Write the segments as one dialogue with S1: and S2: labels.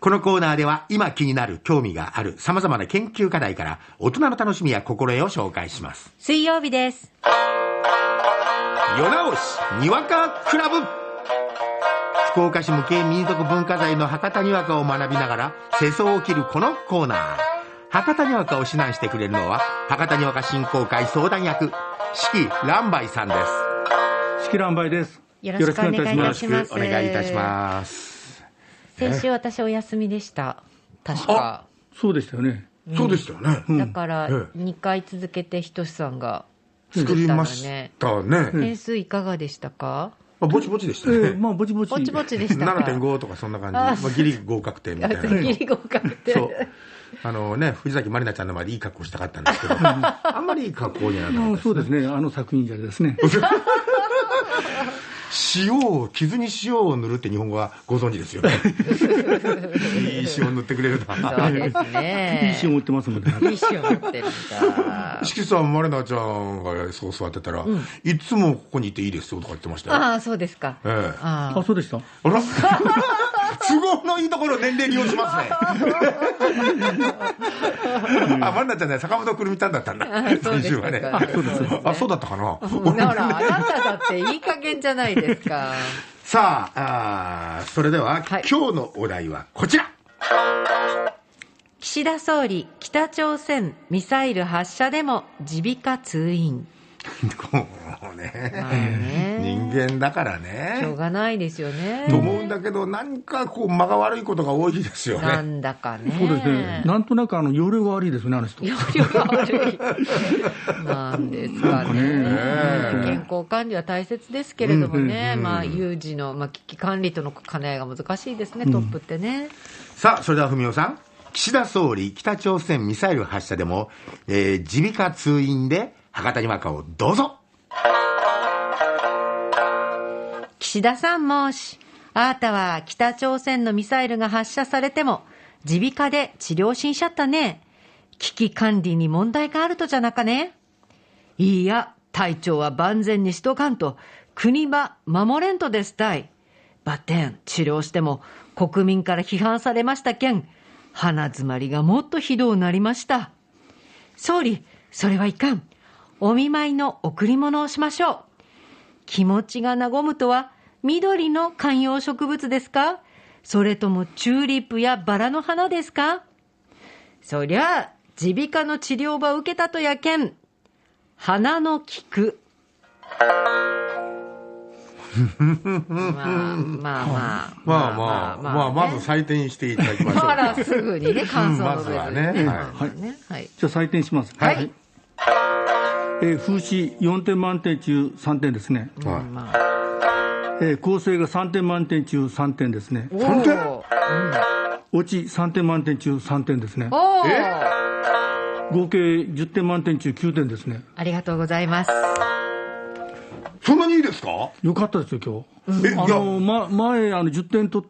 S1: このコーナーでは今気になる興味がある様々な研究課題から大人の楽しみや心得を紹介します。
S2: 水曜日です。
S1: 夜直しにわかクラブ福岡市無形民族文化財の博多にわかを学びながら世相を切るこのコーナー博多にわかを指南してくれるのは博多にわか振興会相談役四季蘭梅さんです
S3: 式乱売です。
S2: よろしくお願いいたし
S1: よ
S2: ま
S1: ろし
S2: す
S1: くお願いいたします
S2: 先週私お休みでした。確か。
S3: そうでしたよね。
S1: そうでしたよね、
S2: だから
S1: ええ
S2: 2回続けてひとしさんが
S1: 作
S2: 作っ
S1: り
S2: た
S1: ま
S2: の
S1: し
S2: ね。
S1: たね、ま
S2: 点数いかがでしたか？
S1: あ、ぼちぼちでした
S3: え
S1: ね、
S3: えまあぼちぼち。
S2: ぼちぼちでしたか。
S1: 7.5とかそんな感じ、
S2: あ
S1: まあ、ギリ合格点みたいな
S2: あ。ギリ合格って。
S1: そう。あのね、藤崎まりなちゃんの前でいい格好したかったん ですけど、あんまりいい格好じゃなかった
S3: あ
S1: で
S3: あ
S1: す。
S3: そうですね。あの作品じゃですね。
S1: 塩を、傷に塩を塗るって日本語はご存知ですよね。 いい塩塗ってくれるな。
S2: そうです
S3: いい
S2: ね。
S3: 詩を持ってますので。
S2: いい師匠持ってるんだ。
S1: しきさん、まりなちゃんがそう座ってたら、いつもここにいていいですよとか言ってましたよ。
S2: ああそうですか。
S1: ええ
S2: あ
S3: あそうでした。
S1: あら 都合のいいところを年齢利用します ね。あ、まりなちゃんね、坂本くるみちゃんだったんだ
S2: あ。そ
S1: 先
S2: うでし
S1: 週
S2: た
S1: は
S2: か
S1: ね。
S2: あそうです
S1: あ、そうだったかな。
S2: あ。ほらあなただっていい加減じゃないです か。
S1: さああーそれでは、
S2: はい
S1: 今日のお題はこちら
S2: 岸田総理、北朝鮮ミサイル発射でも耳鼻科通院。
S1: こうね
S2: まあね。
S1: 人間だから
S2: しょう
S1: ね
S2: がないですよね。
S1: と思うんだけど何かこう間が悪いことが多いですよ
S2: な
S1: ね
S2: んだかね。
S3: そうですね。なんとなくあの容量が悪いですねあの人。
S2: 容量が悪 い。なんですかね。
S1: ね
S2: 健康管理は大切ですけれどもね、まあ、有事の、まあ、危機管理との兼ね合いが難しいですね、トップってね。
S1: さあそれでは文雄さん岸田総理北朝鮮ミサイル発射でもえー耳鼻科通院で博多に和歌をどうぞ
S2: 岸田さんもし、あなたは北朝鮮のミサイルが発射されても、耳鼻科で治療しんしゃったね。危機管理に問題があるとじゃなかね。いいや、体調は万全にしとかんと、国ば守れんとですたい。バテン、治療しても国民から批判されましたけん、鼻詰まりがもっとひどうなりました。総理、それはいかん。お見舞いの贈り物をしましょう。気持ちが和むとは緑の観葉植物ですかそれともチューリップやバラの花ですかそりゃあ耳鼻科の治療場を受けたとやけん花の菊
S1: まあま
S2: まあまあまあ
S1: あまあまず
S2: ね
S1: 採点していただきましょうか
S2: まだすぐにね感想
S1: ま
S2: の
S1: ず
S2: 部
S1: は
S2: 分
S1: ね
S2: う
S1: はい
S2: んまあねはい
S3: じゃあ採点します。
S2: はい
S3: えー風刺4点満点中3点ですね、
S1: はい
S2: うんまあ
S3: えー構成が3点満点中3点ですね
S2: お
S1: 三点
S2: ー
S3: オチ3点満点中3点ですね
S2: おー
S3: 合計10点満点中9点ですね
S2: ありがとうございます
S1: そんなにいいですか
S3: よかったですよ今
S1: えい
S3: 日、
S1: や
S3: あの、ま、前あの10点取っ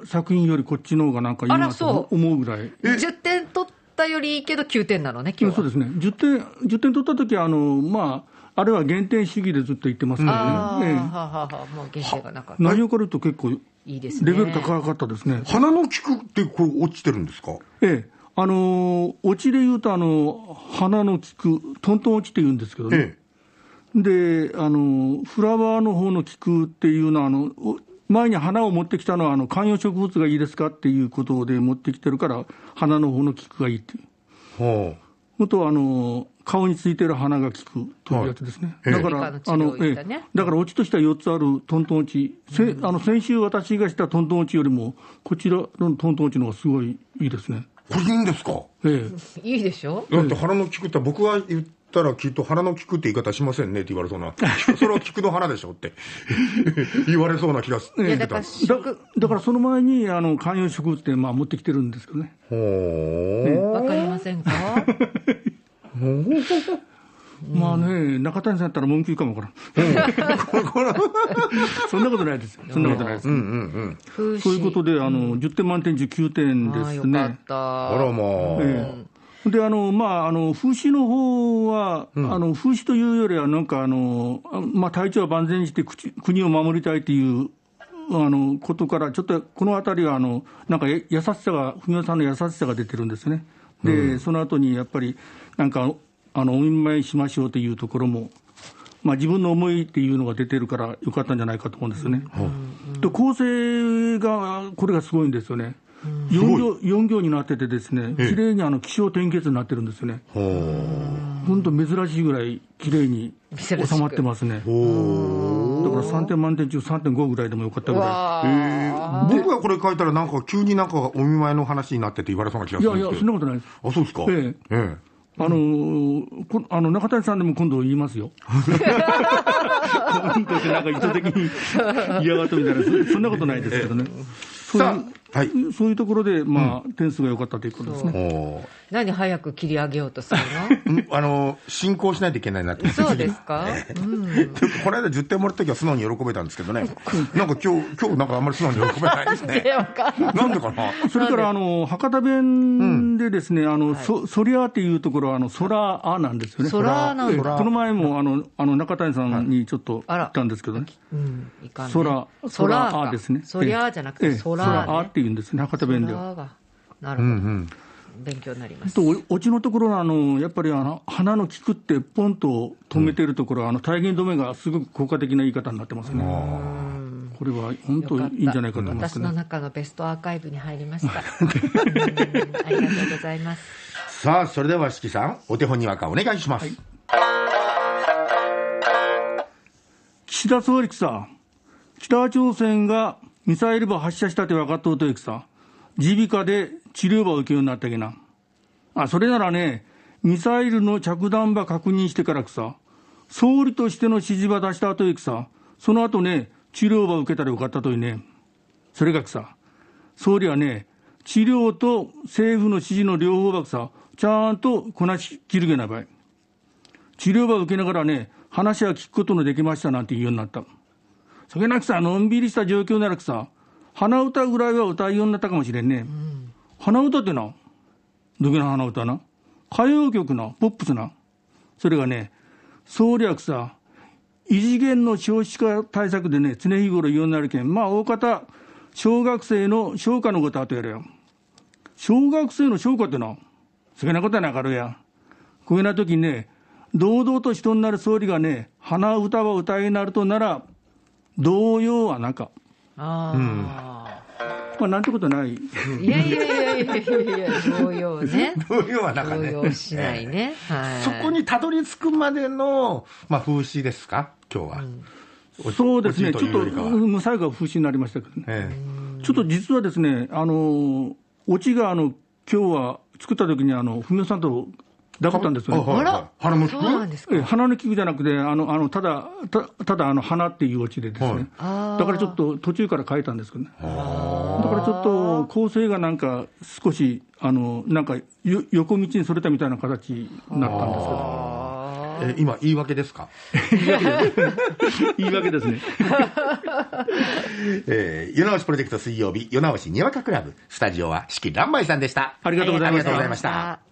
S3: た作品よりこっちの方がなんかいい
S2: あ
S3: な
S2: ら
S3: と
S2: そう
S3: 思うぐらい
S2: 10点取ったよりいいけど9点なのね、今日
S3: そう
S2: は。
S3: ですね10点 ,10 点取った時はあのまああれは減点主義でずっと言ってますから
S2: ああ、
S3: ね、え
S2: はははは、もう限定がなかっ
S3: え
S2: た。
S3: 内容から言うと結構レ
S2: いいですね。
S3: ベル高かったですね
S1: 花の菊ってこれ落ちてるんですか
S3: ええ、あのーオチで言うと、あのー花の菊、トントン落ちって言うんですけどね、
S1: ええ
S3: で、あのーフラワーの方の菊っていうのは、あのお前に花を持ってきたのはあの観葉植物がいいですかっていうことで持ってきてるから、花の方の菊がいいっていう、
S1: ほう
S3: あとはあのー顔についてる花が菊というやつですね、
S1: はいええ
S3: だか
S2: 理
S3: ら、
S2: 科の治療を言ったね
S3: ええだからオチとしては4つあるトントン落ち、せあの先週私がしたトントン落ちよりも、こちらのトントン落ちの方がすごいいいですね。
S1: これいいんですか
S3: ええ
S2: いいでしょ
S1: だって腹の菊って僕が言ったらきっと腹の菊って言い方しませんねって言われそうなそれは菊の花でしょって 言われそうな気がし
S2: いや、
S1: てた
S2: だ
S1: ん
S2: から、
S1: です
S3: だ
S2: 食、
S3: だからその前にあの観葉植物ってまあ持ってきてるんですけどね、
S1: ほ
S2: わ
S1: ー
S2: かりませんか
S3: まあね、中谷さんやったら文句言うかもわから ん、そんなことないですよ、そんなことないです。
S2: 風刺。
S3: そういうことで、あの10点満点中9点
S2: ああ、
S3: です
S2: よか
S3: ね
S2: っ。
S1: あら
S2: た。
S1: まあ、
S3: ええであのまあ、あの風刺の方は、あの風刺というよりは、なんかあの、あまあ、体調は万全にして口国を守りたいというあのことから、ちょっとこの辺りはあの、なんかえ優しさが、文雄さんの優しさが出てるんですね、でその後にやっぱり、なんかあのお見舞いしましょうというところも、まあ、自分の思いっていうのが出てるからよかったんじゃないかと思うんですよね。と構成が、これがすごいんですよね。4行 ,4 行になってて、ですね
S1: ええ
S3: 綺麗にあの気象転結になってるんですよね、
S1: ほう
S3: 本当、珍しいぐらい綺麗に収
S2: 珍しく
S3: まってますね、だか
S1: ほう
S3: ら3点満点中、3.5ぐらいでもよかったぐらい。
S2: わ
S1: え
S2: あ
S1: ー僕がこれ書いたら、なんか急になんかお見舞いの話になってて言われそうな気が
S3: い
S1: する
S3: や
S1: ん
S3: い
S1: ですけ
S3: や、そんな
S1: ど、
S3: ことないです。
S1: あそうですか、
S3: え
S1: え
S3: あのーこあの中谷さんでも今度言いま すよ。コメントしてなんか意図的 に嫌がったみたいなそ、そんなことないですけどね。そう
S1: さ
S3: いう
S1: あ、はい、
S3: そういうところで、まあ、点数が良かったということですね。
S1: おー
S2: 何早く切り上げようとする
S1: うんあの進行しないといけないなと思
S2: の
S1: って、
S2: そうですか、うん、
S1: でも この間10点もらった時は素直に喜べたんですけどね、なんか今日今日なんかあんまり素直に喜べないです
S2: い
S1: ね、
S2: やわかんない
S1: なんでかな、
S3: それから、あの、博多弁でですね、あの、そ、そりゃーっていうところは、あの、そらあなんですよね。
S2: そらあなんだ
S3: ええこの前も、あの、あの、中谷さんにちょっと
S2: あ
S3: 言
S2: ら
S3: ったんですけどね。
S2: うん、いかんね
S3: そら、そらあですね。
S2: そりゃあじゃなく
S3: え
S2: て
S3: え
S2: そ
S3: そ
S2: ら
S3: ら
S2: あ
S3: あ
S2: ね
S3: っていうんですね、博多弁では。
S2: そらがなる
S1: う
S2: ほ
S1: ん
S2: ど、
S1: うん、
S2: 勉強になります
S3: とおオチのところのあのやっぱりあの鼻の利くって、ポンと止めてるところ、あの体現止めがすごく効果的な言い方になってますね、これは本当
S2: よかった
S3: いいんじゃないかと思います
S2: 私の
S3: ね。
S2: 中のベストアーカイブに入りましたうんありがとうございます
S1: さあ、それでは四季さん、お手本にわかお願いします。
S3: 岸田総理さ、北朝鮮がミサイルば発射したって分かっとうといくさ、耳鼻科で治療ば受けるようになったけな。あ、それならね、ミサイルの着弾ば確認してからくさ、総理としての指示ば出したといくさ、その後ね、治療ば受けたらよかったといね。それがくさ、総理はね、治療と政府の指示の両方ばくさ、ちゃんとこなしきるげなばい。治療ば受けながらね、話は聞くことのできましたなんて言うようになった。そげなくさ、のんびりした状況ならくさ、鼻歌ぐらいは歌うようになったかもしれんね。鼻歌ってな、どげな鼻歌な、歌謡曲な、ポップスな。それがね、総理はくさ、異次元の少子化対策でね、常日頃言うようになるけん、まあ大方、小学生の昇華のことあとやれよ。小学生の昇華ってな、そげなことはなかろうや。こういうような時にね、堂々と人になる総理がね、鼻歌は歌いになるとなら、童謡はなんか、
S2: あ
S3: まあ、なんてことない、
S2: あ、いやいやいやいやいやいや同様ね
S1: そういうのはなんか
S2: 動
S1: ね
S2: 揺しないね、はい、
S1: そこにたどり着くまでの、まあ、風刺ですか、今日は。お
S3: そうですね、
S1: お
S3: ち
S1: じ
S3: ょ
S1: い
S3: っ
S1: と
S3: と、
S1: いうよりかは
S3: うん最後は不審になりましたけどね、
S1: え
S3: ちょっと実はですね、あのーオチがあの今日は作った時にあの文雄さんと
S1: え
S3: だかったんですよね。
S1: はい
S2: あら
S1: はい腹持ち
S2: そうなんですか
S3: ええ鼻の利くじゃなくて、あのあのただ、たただあの鼻っていうオチでですね、
S1: はい
S2: あー
S3: だからちょっと途中から変えたんですけどね、だからちょっと構成がなんか、少しあのなんかよ横道にそれたみたいな形になったんです
S1: え今、言い訳ですか、
S3: けど、言い訳ですね。
S1: えー、世直しプロジェクト水曜日、世直しにわかクラブ、スタジオは四季乱梅さんでした。
S3: ありがとうござい
S1: あり
S3: ました
S1: がとうございました。